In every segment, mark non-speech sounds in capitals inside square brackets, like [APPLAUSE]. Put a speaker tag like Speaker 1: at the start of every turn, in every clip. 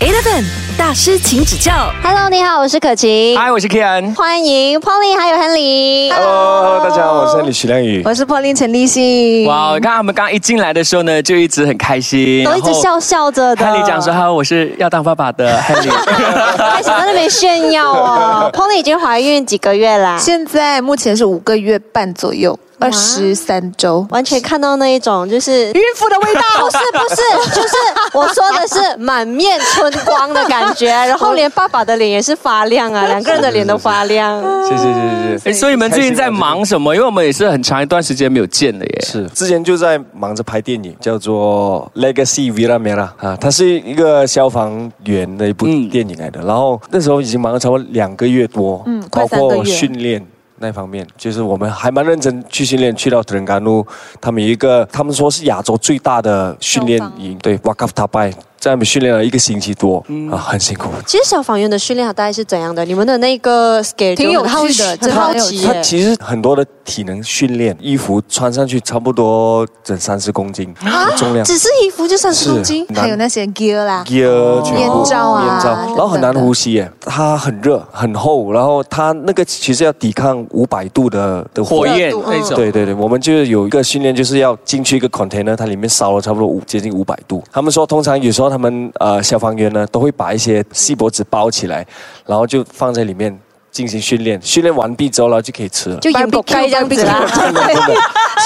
Speaker 1: Eleven 大师，请指教。
Speaker 2: Hello，你好，我是可晴。
Speaker 3: 嗨，我是 Kian。
Speaker 2: 欢迎 Polly 还有亨利。
Speaker 3: Hello，大家好，我是李徐亮宇。
Speaker 4: 我是 Pauline 陈立信。
Speaker 3: 哇，我看他们刚一进来的时候呢，就一直很开心，
Speaker 2: 都一直笑笑着的。
Speaker 3: 然后。亨利讲说：“哈，我是要当爸爸的。”亨利，
Speaker 2: [LAUGHS] 开始在那边炫耀哦。Polly 已经怀孕几个月啦，
Speaker 4: 现在目前是五个月半左右，
Speaker 2: 哇
Speaker 4: 二十三周。
Speaker 2: 完全看到那一种就是
Speaker 4: 孕妇的味道，
Speaker 2: 不是不是，就是我说的是满面春光的感觉，然后连爸爸的脸也是发亮啊，两个人的脸都发亮。
Speaker 3: 谢谢谢谢谢谢。所以你们最近在忙什么？因为我们也是很长一段时间没有见了耶。
Speaker 5: 是，之前就在忙着拍电影，叫做《Legacy Vira Mera》啊，它是一个消防员的一部
Speaker 3: 嗯
Speaker 5: 电影来的。然后那时候已经忙了差不多两个月多，嗯，包
Speaker 4: 快三个
Speaker 5: 括
Speaker 4: 月
Speaker 5: 训练。那方面就是我们还蛮认真去训练，去到特伦甘路，他们有一个他们说是亚洲最大的训练
Speaker 4: 消防嗯
Speaker 5: 营，对瓦卡塔拜，在那边训练了一个星期多，啊，很辛苦，
Speaker 2: 其实消防员的训练大概是怎样的？你们的那个 scale
Speaker 4: 挺有趣的
Speaker 2: 很
Speaker 4: 真的
Speaker 2: 好
Speaker 4: 很有
Speaker 2: 奇
Speaker 4: 趣
Speaker 5: 他
Speaker 2: 耶。
Speaker 5: 其实很多的体能训练，衣服穿上去差不多整三十公斤
Speaker 4: 啊
Speaker 5: 的重量，
Speaker 2: 只是衣服就三十
Speaker 5: 是
Speaker 2: 公斤，
Speaker 5: 难
Speaker 4: 还有那些 gear 啦，
Speaker 3: 哦
Speaker 5: gear 全部
Speaker 4: 眼罩啊
Speaker 5: 眼罩
Speaker 4: 等
Speaker 5: 然
Speaker 4: 等
Speaker 5: 后很难呼吸耶，它很热很厚，然后它那个其实要抵抗五百度的的
Speaker 3: 火
Speaker 2: 热
Speaker 3: 焰
Speaker 2: 度
Speaker 3: 那种。
Speaker 5: 对对对，我们就是有一个训练，就是要进去一个 container，它里面烧了差不多五接近五百度。他们说，通常有时候他们呃消防员呢都会把一些锡箔纸包起来，然后就放在里面进行训练。训练完毕之后呢，就可以吃了。
Speaker 2: 就眼狗盖这样子
Speaker 1: 啊
Speaker 5: [LAUGHS]
Speaker 2: 啦。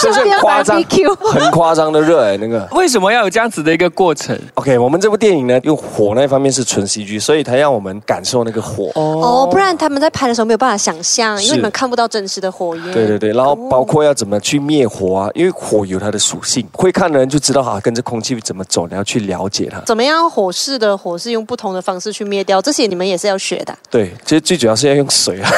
Speaker 5: 是不是很夸张
Speaker 2: BBQ？
Speaker 5: 很夸张的热哎，那个。
Speaker 3: 为什么要有这样子的一个过程？
Speaker 5: OK，我们这部电影呢，用火那一方面是纯戏剧，所以它让我们感受那个火。
Speaker 2: 哦，不然他们在拍的时候没有办法想象，因为
Speaker 5: 是
Speaker 2: 你们看不到真实的火焰。
Speaker 5: 对对对，然后包括要怎么去灭火啊，因为火有它的属性，会看的人就知道啊，跟着空气怎么走，你要去了解它。
Speaker 2: 怎么样火势的火是用不同的方式去灭掉，这些你们也是要学的。
Speaker 5: 对，其实最主要是要用水啊，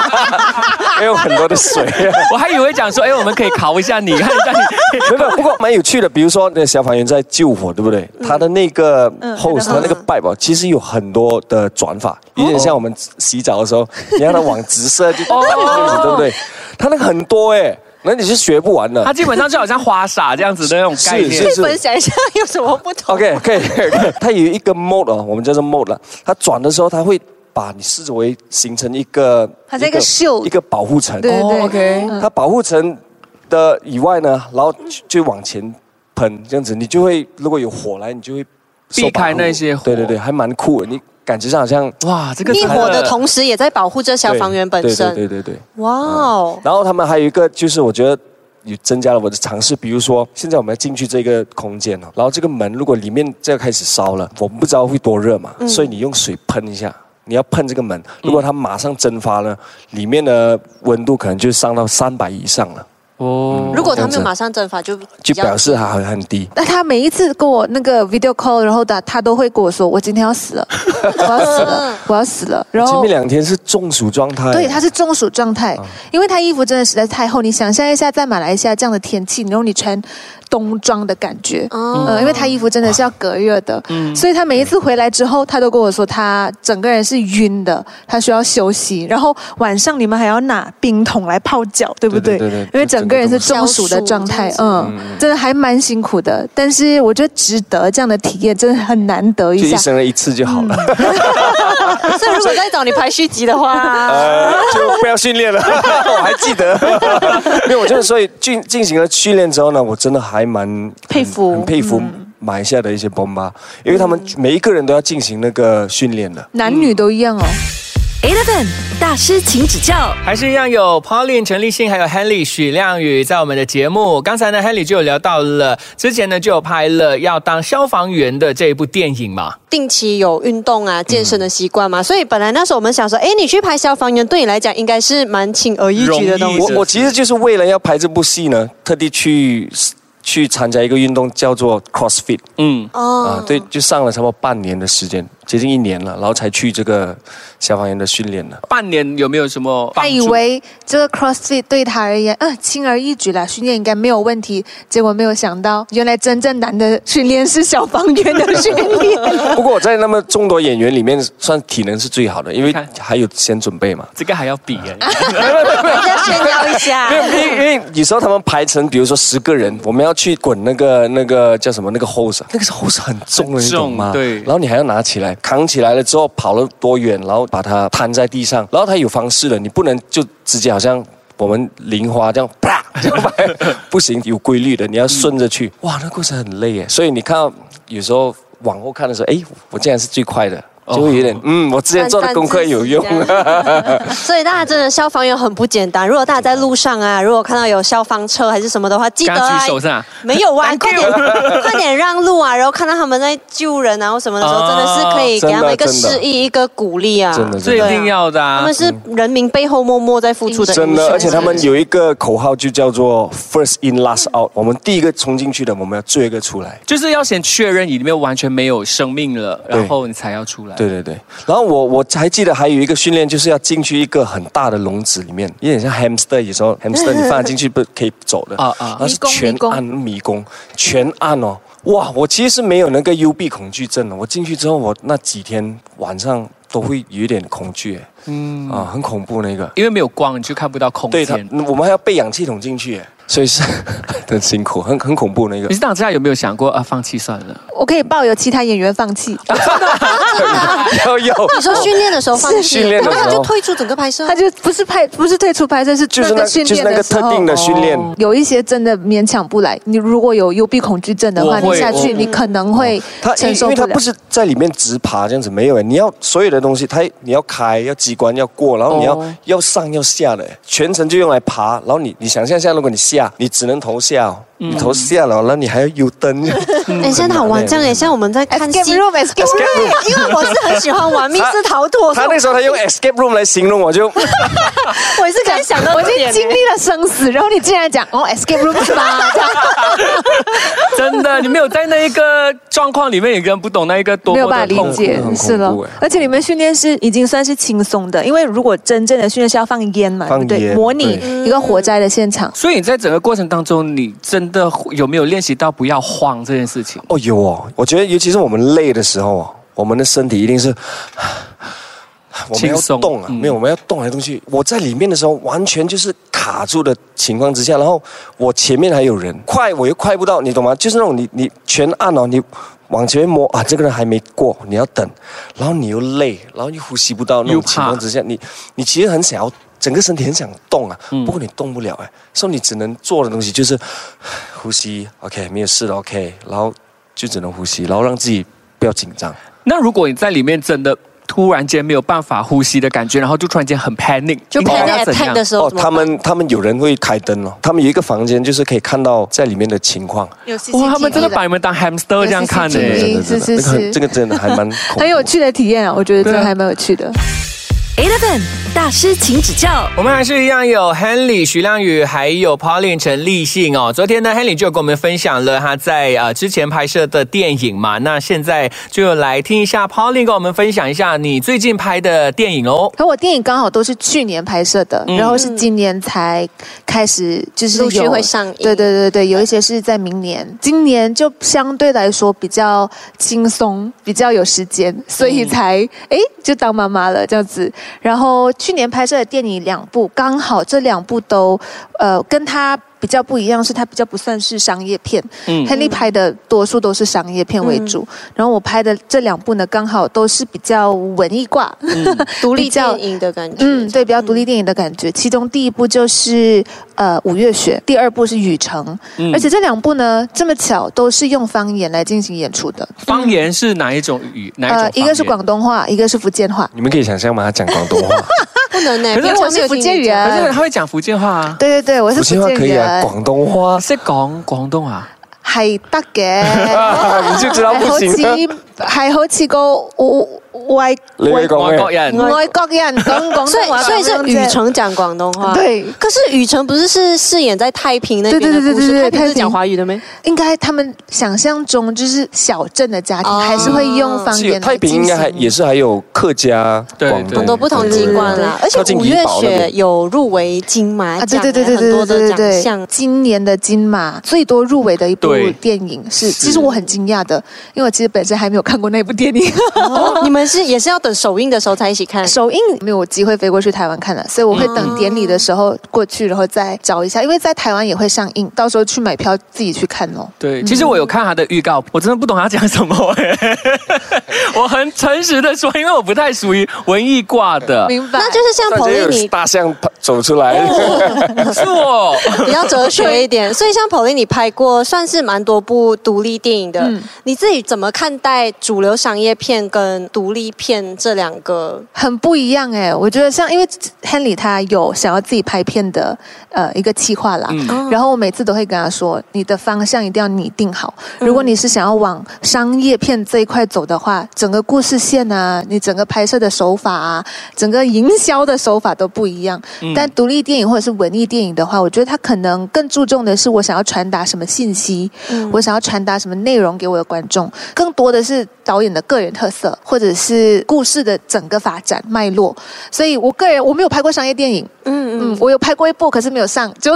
Speaker 5: [LAUGHS] 要用很多的水、啊。
Speaker 3: 我还以为讲说，哎，我们可以考一下你，看一下你。
Speaker 5: 没有没有，不过蛮有趣的。比如说，那消防员在救火，对不对？他的那个
Speaker 4: 嗯
Speaker 5: hose，他那个 pipe，哦其实有很多的转法，有点像我们洗澡的时候，你让它往直射就
Speaker 4: 哦
Speaker 5: 这样子，对不对？他那个很多哎，那你是学不完的
Speaker 3: 它。基本上就好像花洒这样子的那种概念。
Speaker 5: 是
Speaker 2: 分享一下有什么不同
Speaker 5: OK，可以，可以 [LAUGHS] 可以它有一个 mode 哦，我们叫做 mode 了。它转的时候，它会把你视为形成一个，
Speaker 4: 它是一个 shield
Speaker 5: 一个保护层。
Speaker 4: 对对对
Speaker 3: 哦，OK
Speaker 4: 嗯
Speaker 5: 它保护层的以外呢，然后就就往前喷，这样子你就会如果有火来，你就会受
Speaker 3: 避开
Speaker 5: 保护
Speaker 3: 那些火
Speaker 5: 对对对，还蛮酷的，你感觉上好像
Speaker 3: 哇，这个
Speaker 2: 灭
Speaker 3: 真
Speaker 2: 火的同时也在保护这消防员本
Speaker 5: 对
Speaker 2: 身。
Speaker 5: 对对对对。
Speaker 2: 哇哦，
Speaker 5: 然后他们还有一个就是，我觉得。有增加了我的尝试，比如说现在我们要进去这个空间了，然后这个门如果里面这个开始烧了，我们不知道会多热嘛，
Speaker 2: 嗯
Speaker 5: 所以你用水喷一下，你要喷这个门，如果它马上蒸发了，里面的温度可能就上到三百以上了，
Speaker 3: 哦
Speaker 2: 如果他
Speaker 5: 这样
Speaker 2: 没
Speaker 5: 子
Speaker 2: 有马上蒸发，就比
Speaker 5: 就
Speaker 2: 较
Speaker 5: 表示它很很低。
Speaker 4: 那他每一次跟我那个 video call，然后他他都会跟我说，我今天要死了，我要死
Speaker 5: [LAUGHS]
Speaker 4: 了，我要死了。然
Speaker 5: 前
Speaker 4: 后
Speaker 5: 面两天是中暑状态，啊
Speaker 4: 对，他是中暑状态，因为他衣服真的实在太厚。你想象一下，在马来西亚这样的天气，然后你穿冬装的感觉，
Speaker 2: 哦
Speaker 4: 呃，因为他衣服真的是要隔热的，所以他每一次回来之后，他都跟我说他整个人是晕的，他需要休息。然后晚上你们还要拿冰桶来泡脚，对不对？
Speaker 5: 对对对对
Speaker 4: 因为整个人是中暑的状态，嗯，真的还蛮辛苦的。但是我觉得值得这样的体验，真的很难得
Speaker 5: 就
Speaker 4: 一
Speaker 5: 一
Speaker 4: 下。
Speaker 5: 生人一次就好了，
Speaker 2: [LAUGHS] 所以如果再找你拍续集的
Speaker 5: [LAUGHS]
Speaker 2: 话，
Speaker 5: 呃，就不要训练了。我还记 [LAUGHS] 得，因为我真的所以进进行了训练之后呢，我真的还蛮
Speaker 2: 佩服
Speaker 5: 很很佩服马来西亚的一些bomb 妈，因为他们每一个人都要进行那个训练的。
Speaker 4: 男女都一样哦。
Speaker 1: Eleven 大师，请指教。
Speaker 6: 还是一样有 Pauline 陈立信还有 Henry 许亮宇在我们的节目。刚才呢，Henry 就有聊到了，之前呢就有拍了要当消防员的这一部电影嘛。
Speaker 2: 定期有运动啊、健身的习惯嘛，所以本来那时候我们想说，哎，你去拍消防员，对你来讲应该是蛮轻而易举的东
Speaker 6: 容易
Speaker 2: 西。
Speaker 5: 我我其实就是为了要拍这部戏呢，特地去去参加一个运动叫做 CrossFit
Speaker 3: 嗯，
Speaker 5: 啊
Speaker 2: 哦，，
Speaker 5: 对，就上了差不多半年的时间，接近一年了，然后才去这个消防员的训练的。
Speaker 3: 半年有没有什么帮
Speaker 4: 他
Speaker 3: 助？
Speaker 4: 以为这个 CrossFit 对他而言，啊，轻而易举了，训练应该没有问题。结果没有想到，原来真正难的训练是消防员的训
Speaker 2: [LAUGHS]
Speaker 4: 练。
Speaker 5: 不过我在那么众多演员里面，算体能是最好的，因为
Speaker 3: 看
Speaker 5: 还有先准备嘛。
Speaker 3: 这个还要比耶，
Speaker 2: 大家炫耀一下
Speaker 5: [LAUGHS] 没。有，因为因为有时候他们排成，比如说十个人，我们要去滚那个那个叫什么那个 hose，啊那个 hose 很重的，
Speaker 3: 很重
Speaker 5: 你懂吗？
Speaker 3: 对
Speaker 5: 然后你还要拿起来，扛起来了之后跑了多远，然后把它摊在地上，然后它有方式的，你不能就直接好像。我们零花这样啪就摆，不行，有规律的，你要顺着去。哇，那过程很累耶，所以你看到有时候往后看的时候，哎，我竟然是最快的，就会有点、嗯，我之前做的功课有用
Speaker 2: 沾沾
Speaker 5: 啊。
Speaker 2: 所以大家真的消防员很不简单。如果大家在路上啊，如果看到有消防车还是什么的话，记得
Speaker 3: 刚刚
Speaker 2: 啊
Speaker 3: 举，手是吧？
Speaker 2: 没有啊，快点快点让路啊！然后看到他们在救人啊或什么的时候，
Speaker 3: 啊
Speaker 2: 真的是可以给他们一个
Speaker 5: 真的
Speaker 2: 示意，一个鼓励啊。
Speaker 5: 真的
Speaker 3: 这一定要的
Speaker 2: 他
Speaker 3: 啊
Speaker 2: 们！是人民背后默默在付出的英雄，
Speaker 5: 真的，而且他们有一个口号就叫做 “first in last out”，我们第一个冲进去的，我们要最后一个出来。
Speaker 3: 就是要先确认你里面完全没有生命了，
Speaker 5: 对
Speaker 3: 然后你才要出来。
Speaker 5: 对对对，然后我我还记得还有一个训练，就是要进去一个很大的笼子里面，有点像 hamster，有时候 hamster
Speaker 4: [LAUGHS]
Speaker 5: 你放进去不可以走的
Speaker 3: 啊啊
Speaker 5: 然后是
Speaker 4: 迷宫
Speaker 5: 全
Speaker 4: 迷宫
Speaker 5: 暗迷宫，全暗哦。哇，我其实是没有那个幽闭恐惧症哦的，我进去之后，我那几天晚上都会有一点恐惧，嗯啊，很恐怖那个。
Speaker 3: 因为没有光，你就看不到空
Speaker 5: 对他
Speaker 3: 间，。
Speaker 5: 我们还要备氧气筒进去，所以是很辛苦，很很恐怖那
Speaker 3: [LAUGHS]
Speaker 5: 个
Speaker 3: 你。是当下有没有想过啊，放弃算了？
Speaker 4: 我可以抱有其他演员放弃，
Speaker 5: 有有，
Speaker 2: 你说训练的时候放
Speaker 5: 是
Speaker 2: 弃，
Speaker 5: 训练的时
Speaker 2: 那
Speaker 5: 候
Speaker 2: 他就退出整个拍摄
Speaker 4: 他。就不是拍，不是退出拍摄，是
Speaker 5: 就是那
Speaker 4: 那个训
Speaker 5: 就
Speaker 4: 练的时
Speaker 5: 是那
Speaker 4: 候
Speaker 5: 个特定的训练
Speaker 4: 哦有一些真的勉强不来。你如果有幽闭恐惧症的话，
Speaker 3: 我
Speaker 4: 你
Speaker 3: 会
Speaker 4: 下去
Speaker 3: 我
Speaker 4: 你可能会
Speaker 5: 哦他因
Speaker 4: 承
Speaker 5: 为因
Speaker 4: 受
Speaker 5: 为他
Speaker 4: 不了
Speaker 5: 不。是在里面直爬这样子，没有哎，你要所有的东西，他你要开，要机关要过，然后你要、
Speaker 3: 哦
Speaker 5: 要上要下的，全程就用来爬。然后你你想象一下，如果你下，你只能头下哦，你头下了，然后你还要嗯游灯。
Speaker 2: [LAUGHS] 哎，现在好玩这样哎，像我们在看戏，
Speaker 4: Escape room，escape room
Speaker 2: 对因为我是很喜欢玩密室逃脱，
Speaker 5: 他那时候他用 escape room 来形容我就，
Speaker 2: 我也是刚想到
Speaker 4: 我已
Speaker 2: 这
Speaker 4: 经
Speaker 2: 点
Speaker 4: 经历了生死，然后你竟然讲哦，escape room 是吧？这样
Speaker 3: [LAUGHS] 真的，你没有在那一个状况里面，也跟不懂那一个多
Speaker 4: 没有
Speaker 3: 么
Speaker 4: 办法
Speaker 3: 的
Speaker 4: 理
Speaker 3: 痛苦。
Speaker 4: 解
Speaker 5: 很恐，怖
Speaker 4: 是了
Speaker 3: 欸
Speaker 5: 哎。
Speaker 4: 而且你们训练是已经算是轻松的，因为如果真正的训练是要放烟嘛，对
Speaker 5: 放
Speaker 4: 不对？
Speaker 5: 烟
Speaker 4: 模拟一个火灾的现场。
Speaker 3: 所以你在整个过程当中，你真的有没有练习到不要慌这件事情？
Speaker 5: 哦有哦，我觉得尤其是我们累的时候哦，我们的身体一定是。 [SIGHS] 我们要
Speaker 3: 轻松
Speaker 5: 动啊，
Speaker 3: 嗯
Speaker 5: 没有，我们要动来动去。我在里面的时候，完全就是卡住的情况之下，然后我前面还有人，快我又快不到，你懂吗？就是那种你你全按哦，你往前面摸啊，这个人还没过，你要等，然后你又累，然后又呼吸不到那
Speaker 3: 又
Speaker 5: 种
Speaker 3: 怕嗯
Speaker 5: 情况之下，你你其实很想要。整个身体很想动啊，不过你动不了哎，所以你只能做的东西就是呼吸，OK，没有事了，OK，然后就只能呼吸，然后让自己不要紧张。
Speaker 3: 那如果你在里面真的突然间没有办法呼吸的感觉，然后就突然间很 panic，
Speaker 2: 就
Speaker 3: 应该
Speaker 2: panic
Speaker 3: 要怎
Speaker 2: attack
Speaker 3: 样
Speaker 2: 的时候
Speaker 5: 哦，
Speaker 2: 怎么办，
Speaker 5: 他们他们有人会开灯哦，他们有一个房间，就是可以看到在里面的情况。
Speaker 4: 有
Speaker 3: 哇，他们真的把你们当 hamster 这样看呢、
Speaker 4: 对
Speaker 5: 真的真的
Speaker 4: 是是
Speaker 5: 那个很
Speaker 4: 是
Speaker 5: 这个真的还蛮恐怖
Speaker 4: 很有趣的体验啊，我觉得
Speaker 3: 对啊
Speaker 4: 这还蛮有趣的。
Speaker 1: Eleven 大师，请指教。
Speaker 6: 我们还是一样有 Henry 徐亮宇，还有 Pauline 陈立信哦。昨天呢，Henry 就跟我们分享了他在呃之前拍摄的电影嘛，那现在就来听一下 Pauline 跟我们分享一下你最近拍的电影哦。
Speaker 4: 可我电影刚好都是去年拍摄的，
Speaker 3: 嗯
Speaker 4: 然后是今年才开始，就是
Speaker 2: 陆续
Speaker 4: 有
Speaker 2: 会上映
Speaker 4: 对对对对，有一些是在明年，今年就相对来说比较轻松，比较有时间，所
Speaker 2: 嗯
Speaker 4: 以才哎、就当妈妈了这样子。然后去年拍摄的电影两部，刚好这两部都呃跟他。比较不一样是，它比较不算是商业片，嗯，亨利拍的多数都是商业片为主，
Speaker 2: 嗯
Speaker 4: 然后我拍的这两部呢，刚好都是比较文艺挂，
Speaker 2: 嗯独立
Speaker 4: [LAUGHS] 比较
Speaker 2: 电影的感觉。
Speaker 4: 嗯，对，比较独立电影的感觉。其中第一部就是呃《五月雪》，第二部是《雨城》而且这两部呢，这么巧都是用方言来进行演出的。呃
Speaker 3: 方言是哪一种语？哪一种、
Speaker 4: 一个是。广东话，一个是福建话。
Speaker 5: 你们可以想象吗？他讲广东话，
Speaker 2: 不能呢，
Speaker 3: 可是
Speaker 2: 平
Speaker 4: 我
Speaker 2: 常
Speaker 4: 是
Speaker 2: 没有
Speaker 4: 福
Speaker 2: 听
Speaker 4: 建
Speaker 2: 你
Speaker 4: 人
Speaker 2: 讲
Speaker 3: 可是他会讲福建话啊，
Speaker 4: 对对对，我是
Speaker 5: 福
Speaker 4: 福建
Speaker 5: 建
Speaker 4: 人
Speaker 5: 话，可以啊，广东
Speaker 3: [LAUGHS]
Speaker 5: 话
Speaker 3: 是讲广东话。
Speaker 4: 系得嘅，
Speaker 5: [LAUGHS] 你就知道不行啊
Speaker 4: 係好似係好似個烏外
Speaker 5: 你
Speaker 4: 外
Speaker 5: 讲
Speaker 3: 外国
Speaker 5: 咩？
Speaker 3: 人，
Speaker 4: 外国人讲广
Speaker 2: 所
Speaker 4: 东话，
Speaker 2: 以所以是
Speaker 4: 这样
Speaker 2: 雨
Speaker 4: 子
Speaker 2: 辰讲广东话，
Speaker 4: [LAUGHS] 对
Speaker 2: 可是雨辰不是是饰演在太平那边的
Speaker 4: 对对对
Speaker 2: 故事，
Speaker 4: 对
Speaker 2: 太
Speaker 4: 对对
Speaker 2: 平
Speaker 4: 太
Speaker 2: 是
Speaker 4: 平
Speaker 2: 讲华语的没？
Speaker 4: 应该他们想象中就是小镇的家庭，
Speaker 2: 哦
Speaker 4: 还是会用方
Speaker 5: 是有
Speaker 4: 言来
Speaker 5: 太平应该还
Speaker 4: 进行
Speaker 5: 也是还有客家、
Speaker 3: 对
Speaker 5: 广东
Speaker 2: 很多不同
Speaker 5: 对
Speaker 2: 籍
Speaker 5: 对
Speaker 2: 贯啊啦，而且
Speaker 5: 靠近
Speaker 2: 五
Speaker 5: 怡
Speaker 2: 月
Speaker 5: 保那
Speaker 2: 雪
Speaker 5: 边
Speaker 2: 有入围金马
Speaker 4: 啊，
Speaker 2: 奖，
Speaker 4: 对
Speaker 2: 哎
Speaker 4: 对对对
Speaker 2: 很
Speaker 4: 对
Speaker 2: 多
Speaker 4: 对
Speaker 2: 的
Speaker 4: 对
Speaker 2: 奖
Speaker 4: 对
Speaker 2: 项，。
Speaker 4: 今年的金马最多入围的一部
Speaker 3: 对
Speaker 4: 电影是，
Speaker 3: 是
Speaker 4: 其实我很惊讶的，因为我其实本身还没有看过那部电 [LAUGHS] 影，
Speaker 2: 哦你们是也是要等首映的时候才一起看？
Speaker 4: 首映没有机会飞过去台湾看了，所以我会等典礼的时候过去，然后再找一下，因为在台湾也会上映，到时候去买票自己去看哦。
Speaker 3: 对，其实我有看他的预告，我真的不懂他讲 [LAUGHS] 什么、欸。我很诚实的说，因为我不太属于文艺挂的，
Speaker 4: 明白
Speaker 2: 那就是像
Speaker 5: 突
Speaker 2: 彭丽
Speaker 5: 然间有
Speaker 2: 你
Speaker 5: 大象走出来， [LAUGHS]
Speaker 3: 是哦我。
Speaker 2: 比较哲学一点， [LAUGHS] 所以像 Pauline，你拍过算是蛮多部独立电影的，
Speaker 4: 嗯
Speaker 2: 你自己怎么看待主流商业片跟独立片这两个？
Speaker 4: 很不一样哎、我觉得像因为 Henry 他有想要自己拍片的呃一个计划啦，
Speaker 3: 嗯
Speaker 4: 然后我每次都会跟他说，你的方向一定要拟定好。如果你是想要往商业片这一块走的话，整个故事线啊，你整个拍摄的手法啊，整个营销的手法都不一样。但独立电影或者是文艺电影的话，我觉得他可能更注重的是我想要传达什么信息，我想要传达什么内容给我的观众，更多的是导演的个人特色，或者是故事的整个发展脉络。所以我个人我没有拍过商业电影，
Speaker 2: 嗯
Speaker 4: 嗯，我有拍过一部，可是没有上，就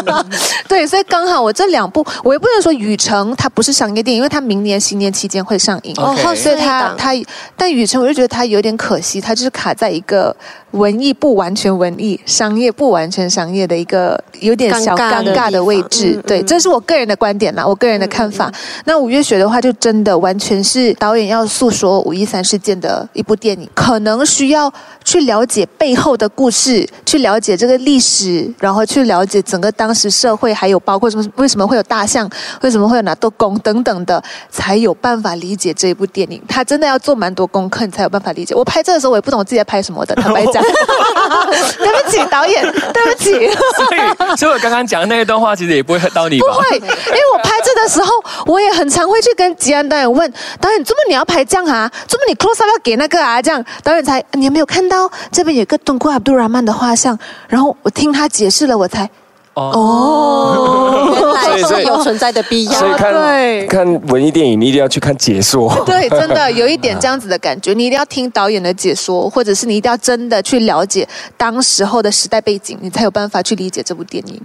Speaker 4: [LAUGHS] 对，所以刚好我这两部，我也不能说《雨城》它不是商业电影，因为它明年新年期间会上映。
Speaker 3: 哦 OK
Speaker 4: 所以它它，但《雨城》我就觉得它有点可惜，它就是卡在一个文艺不完全文艺，商业不完全商业的一个有点小
Speaker 2: 尴尬的
Speaker 4: 尴尬的位置。
Speaker 2: 地方嗯
Speaker 4: 对，
Speaker 2: 嗯
Speaker 4: 这是我个人的观点啦，我个人的看法。那五月雪的话，就真的完全是导演要诉说五一三事件的一部电影，可能需要去了解背后的故事，去了解这个历史，然后去了解整个当时社会，还有包括什么为什么会有大象，为什么会有拿豆公等等的，才有办法理解这一部电影。他真的要做蛮多功课，你才有办法理解。我拍这个时候，我也不懂自己在拍什么的，坦白讲， [LAUGHS] 对不起导演，对不起。
Speaker 3: 所以，所以我刚刚讲的那一段话，其实也不会吓到你吧？
Speaker 4: [LAUGHS] 会，因为我拍摄的时候，我也很常会去跟吉安导演问导演，怎么你要拍这样啊？怎么你 close up 要给那个啊？这样导演才你有没有看到这边有个敦古阿杜rahman 的画像？然后我听他解释了，我才
Speaker 2: 哦，原
Speaker 5: 所
Speaker 2: 来
Speaker 5: 以所
Speaker 2: 是
Speaker 5: 以
Speaker 2: 有存在的必要。
Speaker 5: 所以看
Speaker 4: 对
Speaker 5: 看文艺电影，你一定要去看解说。
Speaker 4: 对，真的有一点这样子的感觉。你一定要听导演的解说，或者是你一定要真的去了解当时候的时代背景，你才有办法去理解这部电影。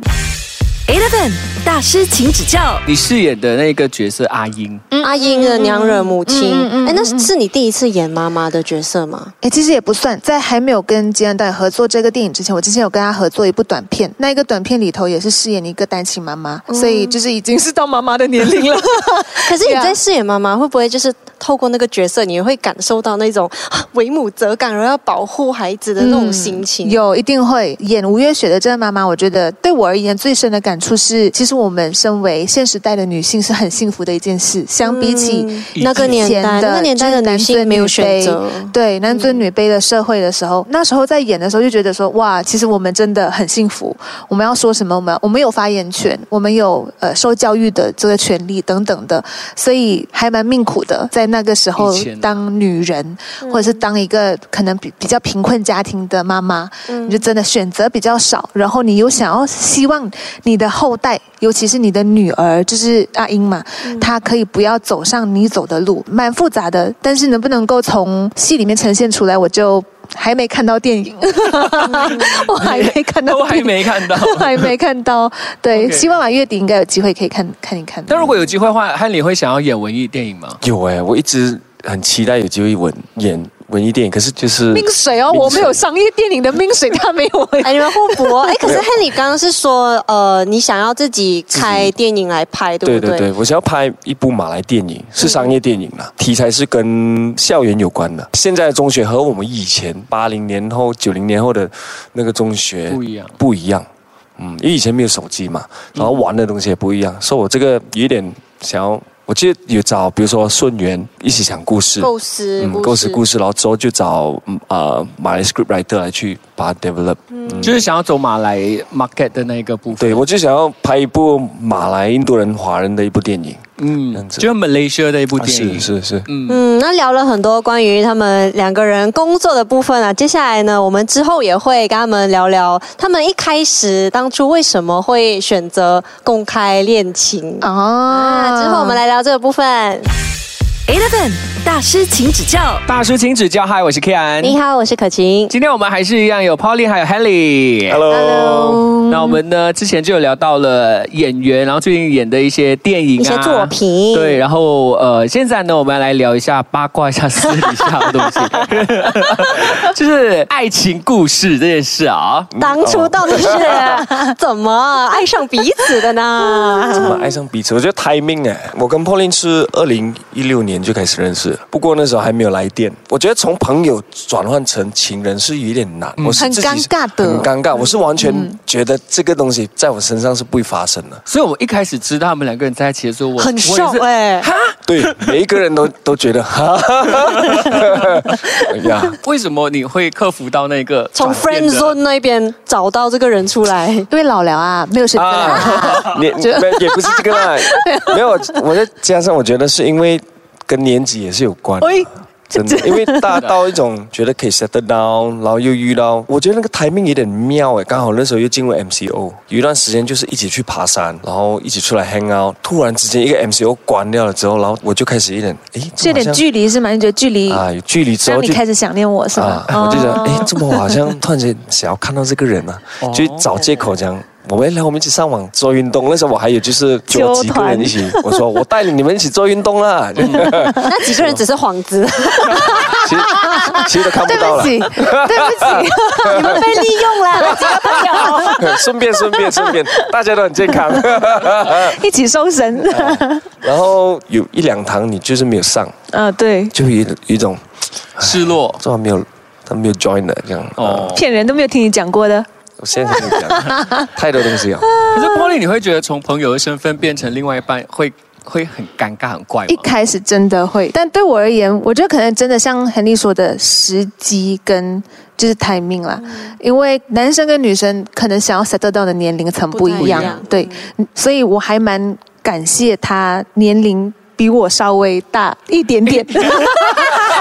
Speaker 1: Eleven 大师，请指教。
Speaker 3: 你饰演的那个角色阿英，
Speaker 2: 阿英的娘惹母亲，哎、
Speaker 4: 嗯嗯嗯嗯
Speaker 2: 那是你第一次演妈妈的角色吗？
Speaker 4: 哎，其实也不算，在还没有跟吉安导演合作这个电影之前，我之前有跟他合作一部短片，那一个短片里头也是饰演一个单亲妈妈，所以就是已经是到妈妈的年龄了。
Speaker 2: [LAUGHS] 可是你
Speaker 4: 对啊
Speaker 2: 在饰演妈妈，会不会就是透过那个角色，你会感受到那种啊为母则刚，然后要保护孩子的那种心情？
Speaker 4: 嗯有一定会演吴月雪的这个妈妈，我觉得对我而言最深的感触是，其实我们身为现时代的女性是很幸福的一件事，相比起、
Speaker 2: 嗯那个年代，那个年代的女性没有选择。
Speaker 4: 对男尊女卑的社会的时候，那时候在演的时候就觉得说，哇，其实我们真的很幸福。我们要说什么？我们我们有发言权，我们有呃受教育的这个权利等等的，所以还蛮命苦的。在那个时候
Speaker 3: 以前啊
Speaker 4: 当女人，或者是当一个可能比比较贫困家庭的妈妈，你就真的选择比较少，然后你又想要希望你的后代，尤其是你的女儿，就是阿英嘛，她可以不要走上你走的路，蛮复杂的。但是能不能够从戏里面呈现出来，我就还没看到电影，我还没看到，
Speaker 3: 都还。没看到。
Speaker 4: 还没看到，
Speaker 3: [LAUGHS]
Speaker 4: 对
Speaker 3: OK
Speaker 4: 希望啊月底应该有机会可以看看一看。
Speaker 3: 但如果有机会的话，汉里会想要演文艺电影吗？
Speaker 5: 有哎、我一直很期待有机会文演文艺电影，可是就是
Speaker 4: 命水哦，
Speaker 5: 命水
Speaker 4: 我没有商业电影的命水，他没有。
Speaker 2: 哎，你们互补哦！哎，可是 Henry 刚刚是说，呃，你想要自己开电影来拍，对
Speaker 5: 对
Speaker 2: 不
Speaker 5: 嗯对
Speaker 2: 对？
Speaker 5: 对，我想要拍一部马来电影，是商业电影啦，题材是跟校园有关的。现在的中学和我们以前八零年后、九零年后的那个中学
Speaker 3: 不一样
Speaker 5: 不一样。嗯，因为以前没有手机嘛，然后玩的东西也不一样，所以我这个有一点想要，我记得有找，比如说顺源一起讲故事，
Speaker 2: 构思，
Speaker 5: 嗯呃嗯，构思故事，然后之后就找嗯啊、马来 script writer 来去把它 develop，
Speaker 3: 就是想要走马来 market 的那个部分。
Speaker 5: 对，我就想要拍一部马来印度人华人的一部电影，
Speaker 3: 嗯，
Speaker 5: 样子
Speaker 3: 就是 Malaysia 的一部电影。
Speaker 5: 啊是是是，
Speaker 2: 嗯，那聊了很多关于他们两个人工作的部分啊。接下来呢，我们之后也会跟他们聊聊，他们一开始当初为什么会选择公开恋情啊？
Speaker 4: 啊
Speaker 2: 之后我们来聊这个部分。
Speaker 1: Eleven 大师，请指教。
Speaker 6: 大叔请指教，嗨，我是 Kian。
Speaker 2: 你好，我是可晴。
Speaker 6: 今天我们还是一样有 Pauline 还有 Helly。
Speaker 5: Hello
Speaker 6: 那我们呢之前就有聊到了演员，然后最近演的一些电影、啊、
Speaker 2: 一些作品
Speaker 6: 对，然后呃，现在呢我们来聊一下八卦一下私底下的东西，
Speaker 2: [LAUGHS]
Speaker 6: 就是爱情故事这件事啊。
Speaker 2: 当初到底是怎么爱上彼此的
Speaker 5: 怎
Speaker 2: 呢？
Speaker 5: 么爱上彼此？我觉得 timing 哎，我跟 Pauline 是二零一六年就开始认识了，不过那时候还没有来电。我觉得从朋友转换成情人是有点难，我是
Speaker 4: 嗯很
Speaker 5: 自己
Speaker 4: 尴尬的嗯
Speaker 5: 很尴尬。我是完全觉得这个东西在我身上是不会发生的。
Speaker 6: 所以我一开始知道他们两个人在一起的时候，我
Speaker 2: [LAUGHS] 很
Speaker 6: 我也
Speaker 2: 瘦
Speaker 6: 是
Speaker 2: 哎、
Speaker 6: [LAUGHS]
Speaker 4: [LAUGHS]
Speaker 5: 对，每一个人都都觉得，哈哈哈哈
Speaker 4: [LAUGHS]
Speaker 5: 呀，
Speaker 6: 为什么你会克服到那个
Speaker 2: 从
Speaker 6: 转变
Speaker 2: friend
Speaker 6: 的
Speaker 2: zone 那边找到这个人出 [LAUGHS] 来，
Speaker 4: 因为老了啊，没有选择啦。
Speaker 5: 啊
Speaker 4: [LAUGHS]
Speaker 5: 你
Speaker 4: 就
Speaker 5: 没也不是这个
Speaker 4: [LAUGHS]
Speaker 5: 啦，没有，我再加上我觉得是因为跟年纪也是有关。啊
Speaker 2: 喂，
Speaker 5: 真的，因为大到一种觉得可以 settle down，然后又遇到，我觉得那个 timing 有点妙哎，刚好那时候又进入 MCO，有一段时间就是一起去爬山，然后一起出来 hang out，突然之间一个 MCO 关掉了之后，然后我就开始有点，哎，
Speaker 4: 是
Speaker 5: 这
Speaker 4: 有点
Speaker 5: 好像
Speaker 4: 距离是吗？你觉得距离
Speaker 5: 啊，有距离之后
Speaker 4: 让你
Speaker 5: 就
Speaker 4: 开始想念我是吗
Speaker 5: 啊？，我就觉得
Speaker 4: 哦
Speaker 5: 哎，这么我好像突然间想要看到这个人啊，就找借口讲。我们来，我们一起上网做运动。那时候我还有就是
Speaker 4: 纠
Speaker 5: 就
Speaker 4: 团
Speaker 5: 几个人一起，我说我带领你们一起做运动
Speaker 4: [LAUGHS]
Speaker 5: 啦。
Speaker 2: 那几个人只是幌子，
Speaker 5: 其实其实都看不
Speaker 4: [LAUGHS] 对
Speaker 5: 到
Speaker 4: 不
Speaker 5: 了。
Speaker 4: 起，对不起，
Speaker 2: 你们 [LAUGHS] 被利用 [LAUGHS] 了，几个朋友。
Speaker 5: [LAUGHS] 顺便顺便顺便，大家都很健
Speaker 4: [LAUGHS]
Speaker 5: 康。
Speaker 4: 一起 [LAUGHS] 收神。 [LAUGHS]
Speaker 5: 然后有一两堂你就是没有上，
Speaker 4: 嗯，对，
Speaker 5: 就有一有一种
Speaker 6: 失落？
Speaker 5: 怎么没有他没有 join 的这样。哦，
Speaker 6: 哦，
Speaker 4: 骗人都没有听你讲过的。
Speaker 5: 我现在才跟你
Speaker 4: [LAUGHS]
Speaker 5: 讲，太多东西了。
Speaker 6: 可是 Polly，你会觉得从朋友的身份变成另外一半，会会很尴尬、很怪吗？
Speaker 4: 一开始真的会，但对我而言，我觉得可能真的像亨利说的时机跟就是 timing 啦，
Speaker 2: 嗯
Speaker 4: 因为男生跟女生可能想要 settle down 的年龄层不一
Speaker 2: 不太
Speaker 4: 样，
Speaker 2: 一样
Speaker 4: 对，所以我还蛮感谢他年龄。比我稍微大一
Speaker 2: [LAUGHS]
Speaker 4: 点点，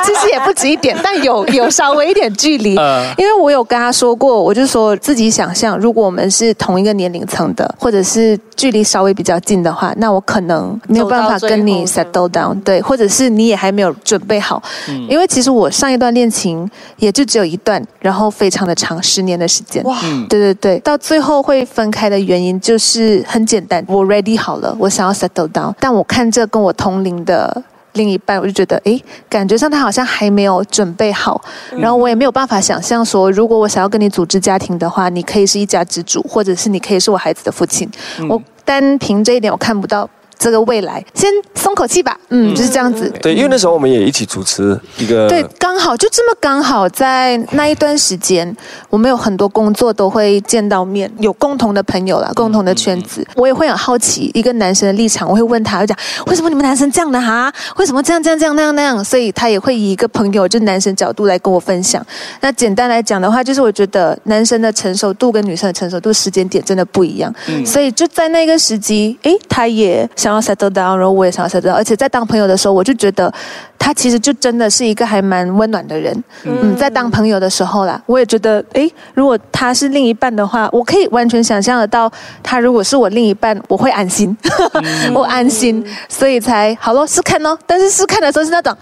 Speaker 4: 其实也不止一点，但有有稍微一点距离。
Speaker 6: 呃
Speaker 4: 因为我有跟他说过，我就说自己想象，如果我们是同一个年龄层的，或者是距离稍微比较近的话，那我可能没有办法跟你
Speaker 2: 走到
Speaker 4: settle down，对，或者是你也还没有准备好，
Speaker 2: 嗯
Speaker 4: 因为其实我上一段恋情也就只有一段，然后非常的长，十年的时间。哇，对对对，到最后会分开的原因就是很简单，我 ready 好了，我想要 settle down，但我看这跟我同龄的。另一半，我就觉得，诶，感觉上他好像还没有准备好，然后我也没有办法想象说，如果我想要跟你组织家庭的话，你可以是一家之主，或者是你可以是我孩子的父亲。我单凭这一点，我看不到这个未来。先松口气吧，嗯，就是这样子。
Speaker 5: 对，因为那时候我们也一起主持一个
Speaker 4: 对，刚好就这么刚好在那一段时间，我们有很多工作都会见到面，有共同的朋友啦，共同的圈子。我也会很好奇一个男生的立场，我会问他，我讲为什么你们男生这样的哈？为什么这样这样这样那样那样？所以他也会以一个朋友就男生角度来跟我分享。那简单来讲的话，就是我觉得男生的成熟度跟女生的成熟度时间点真的不一样，所以就在那个时机，诶，他也想要 settle down，然后我也想要 settle down，而且在当朋友的时候，我就觉得他其实就真的是一个还蛮温暖的人。嗯，在当朋友的时候啦，我也觉得，诶，如果他是另一半的话，我可以完全想象得到，他如果是我另一半，我会安心， [LAUGHS] 我安心，所以才好咯，试看咯。但是试看的时候是那种。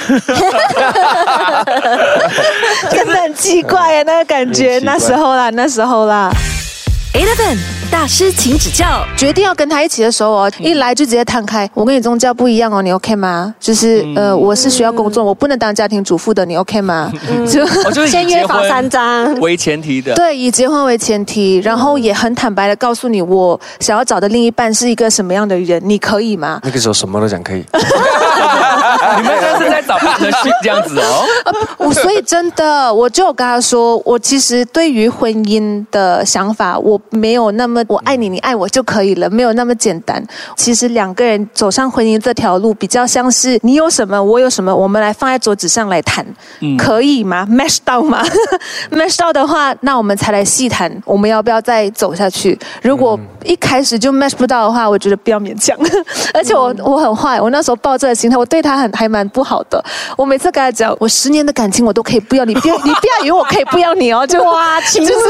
Speaker 4: [LAUGHS] 真的很奇怪呀，那个感觉，
Speaker 5: 很奇怪
Speaker 4: 那时候啦，那时候啦。
Speaker 1: Eleven 大师，请指教。
Speaker 4: 决定要跟他一起的时候哦，一来就直接摊开，我跟你宗教不一样哦，你 OK 吗？就是、呃，我是需要工作，我不能当家庭主妇的，你 OK 吗？ [LAUGHS] 就
Speaker 6: 我哦就是以
Speaker 2: 先
Speaker 6: 结
Speaker 2: 约法
Speaker 6: 婚
Speaker 2: 三章。
Speaker 3: [LAUGHS]
Speaker 6: 为前提的。
Speaker 4: 对，以结婚为前提，然后也很坦白的告诉你，我想要找的另一半是一个什么样的人，你可以吗？
Speaker 5: 那个时候什么都讲可以，
Speaker 6: 你们这是在找 partner
Speaker 3: 们是这样子 [LAUGHS] 哦。
Speaker 4: [LAUGHS] 我所以真的，我就有跟他说，我其实对于婚姻的想法，我没有那么我爱你，你爱我就可以了，没有那么简单。其实两个人走上婚姻这条路，比较像是你有什么，我有什么，我们来放在桌子上来谈，可以吗？match 到吗 [LAUGHS] ？match 到的话，那我们才来细谈，我们要不要再走下去？如果一开始就 match 不到的话，我觉得不要勉强。 [LAUGHS] 而且我我很坏，我那时候抱这个心态，我对他很还蛮不好的。我每次跟他讲，我十年的感情我都可以不要你，不要你不要以为我可以不要你哦，就哇，情就是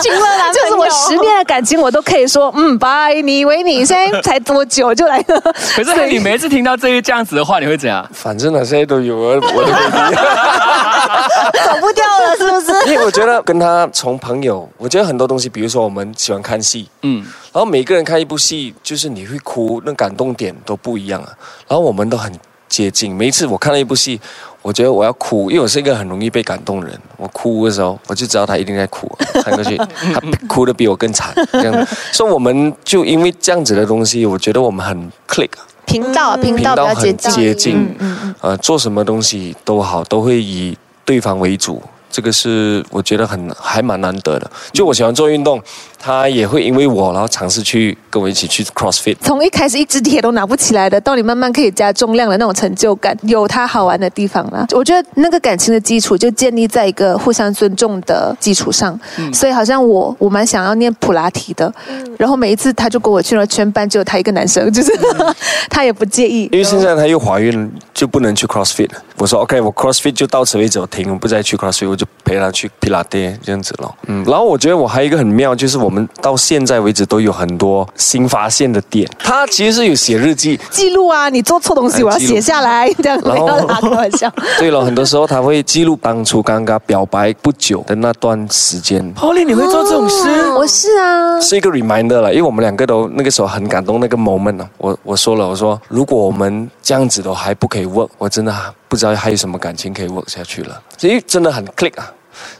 Speaker 2: 情勒男朋友
Speaker 4: 就是我十年的感情我都可以说嗯拜，你以为你现在才多久就来了？
Speaker 3: 可是你每一次听到这一这样子的话，你会怎样？
Speaker 5: 反正呢，现在都有 [LAUGHS] 了我的 baby。
Speaker 2: 走不掉了，是不是？
Speaker 5: [LAUGHS] 因为我觉得跟他从朋友，我觉得很多东西，比如说我们喜欢看戏，
Speaker 3: 嗯，
Speaker 5: 然后每个人看一部戏，就是你会哭，那感动点都不一样啊。然后我们都很接近，每一次我看了一部戏，我觉得我要哭，因为我是一个很容易被感动的人。我哭的时候，我就知道他一定在哭，啊看过去他哭的比我更惨，这样子。所以我们就因为这样子的东西，我觉得我们很 click，啊
Speaker 4: 频道频
Speaker 5: 频
Speaker 4: 道比
Speaker 5: 道
Speaker 4: 较接
Speaker 5: 很
Speaker 4: 近，嗯
Speaker 5: 接近，呃，做什么东西都好，都会以对方为主。这个是我觉得很还蛮难得的。就我喜欢做运动，他也会因为我，然后尝试去跟我一起去 CrossFit。
Speaker 4: 从一开始一只铁都拿不起来的，到你慢慢可以加重量的那种成就感，有它好玩的地方啦。我觉得那个感情的基础就建立在一个互相尊重的基础上。
Speaker 5: 嗯
Speaker 4: 所以好像我我蛮想要念普拉提的，然后每一次他就跟我去了，全班只有他一个男生，就是、
Speaker 5: 嗯
Speaker 4: [LAUGHS] 他也不介意
Speaker 5: 因。为现在她又怀孕，就不能去 CrossFit 了。我说 OK，我 CrossFit 就到此为止，我停，我不再去 CrossFit，我就陪她去皮拉爹这样子咯。嗯，然后我觉得我还有一个很妙，就是我们到现在为止都有很多新发现的点。她其实是有写日记，
Speaker 4: 记录啊，你做错东西，我要
Speaker 5: 哎记录
Speaker 4: 写下来，这样
Speaker 5: 然
Speaker 4: 没
Speaker 5: 后
Speaker 4: 有啦，开玩笑。
Speaker 5: [LAUGHS] 对了，很多时候他会记录当初刚刚表白不久的那段时间，
Speaker 3: Polly，你会做这种事？
Speaker 4: 我是啊，
Speaker 5: 是一个 reminder 了，因为我们两个都那个时候很感动那个 moment 呢。我我说了，我说如果我们这样子都还不可以 work，我真的不知道还有什么感情可以 work 下去了，所以真的很 click 啊。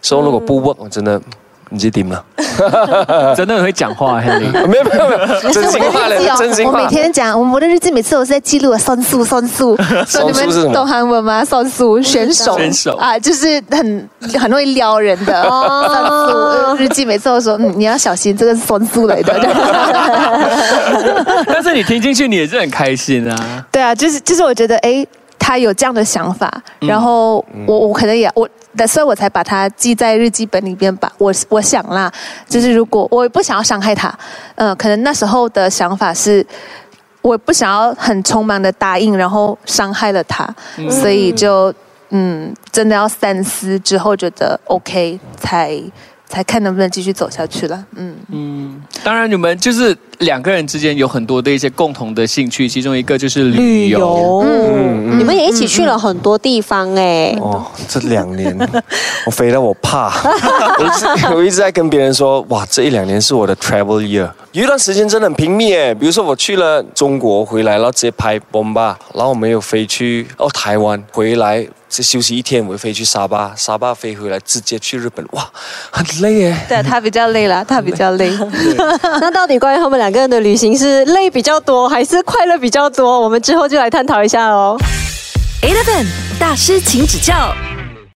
Speaker 5: 所以如果不 work，我真的。你就顶了，
Speaker 3: 真的很会讲话，Henry。 [LAUGHS]
Speaker 4: 嗯
Speaker 5: 没有没
Speaker 4: [LAUGHS]
Speaker 5: 有没有， [LAUGHS] 真心话嘞，真心
Speaker 4: 我每
Speaker 5: 话。
Speaker 4: 天讲，我我的日记每次我是在记录酸素酸素，所以你
Speaker 5: 酸素是什
Speaker 4: 们
Speaker 5: 么
Speaker 4: 懂韩文吗？酸素选手，
Speaker 3: 选手
Speaker 4: 啊，就是很很容易撩人的
Speaker 5: 哦
Speaker 4: 酸素呃日记，每次我说嗯，你要小心，这个是酸素来的。
Speaker 3: 但是你听进去，你也是很开心啊。
Speaker 4: 对啊，就是就是我觉得诶，他有这样的想法，然后我我可能也我。所以我才把它记在日记本里边吧。我我想啦，就是如果我也不想要伤害他，嗯、可能那时候的想法是，我不想要很匆忙的答应，然后伤害了他，所以就嗯，真的要三思之后觉得 OK 才才看能不能继续走下去了。嗯，
Speaker 3: 当然，你们就是两个人之间有很多的一些共同的兴趣，其中一个就是旅游。
Speaker 2: 你们也一起去了很多地方哎、
Speaker 5: 哦，这两年 [LAUGHS] 我肥到我怕， [LAUGHS] 我一直我一直在跟别人说，哇，这一两年是我的 travel year，有一段时间真的很拼命诶，比如说我去了中国回来，然后直接拍 Bomba，然后我们又飞去哦台湾，回来再休息一天，我又飞去沙巴，沙巴飞回来直接去日本，哇，很累诶。
Speaker 4: 对他比较累了，他比较 [LAUGHS] 累。
Speaker 2: 那到底关于他们两个人的旅行是累比较多还是快乐比较多？我们之后就来探讨一下哦。
Speaker 1: Eleven 大师，请指教。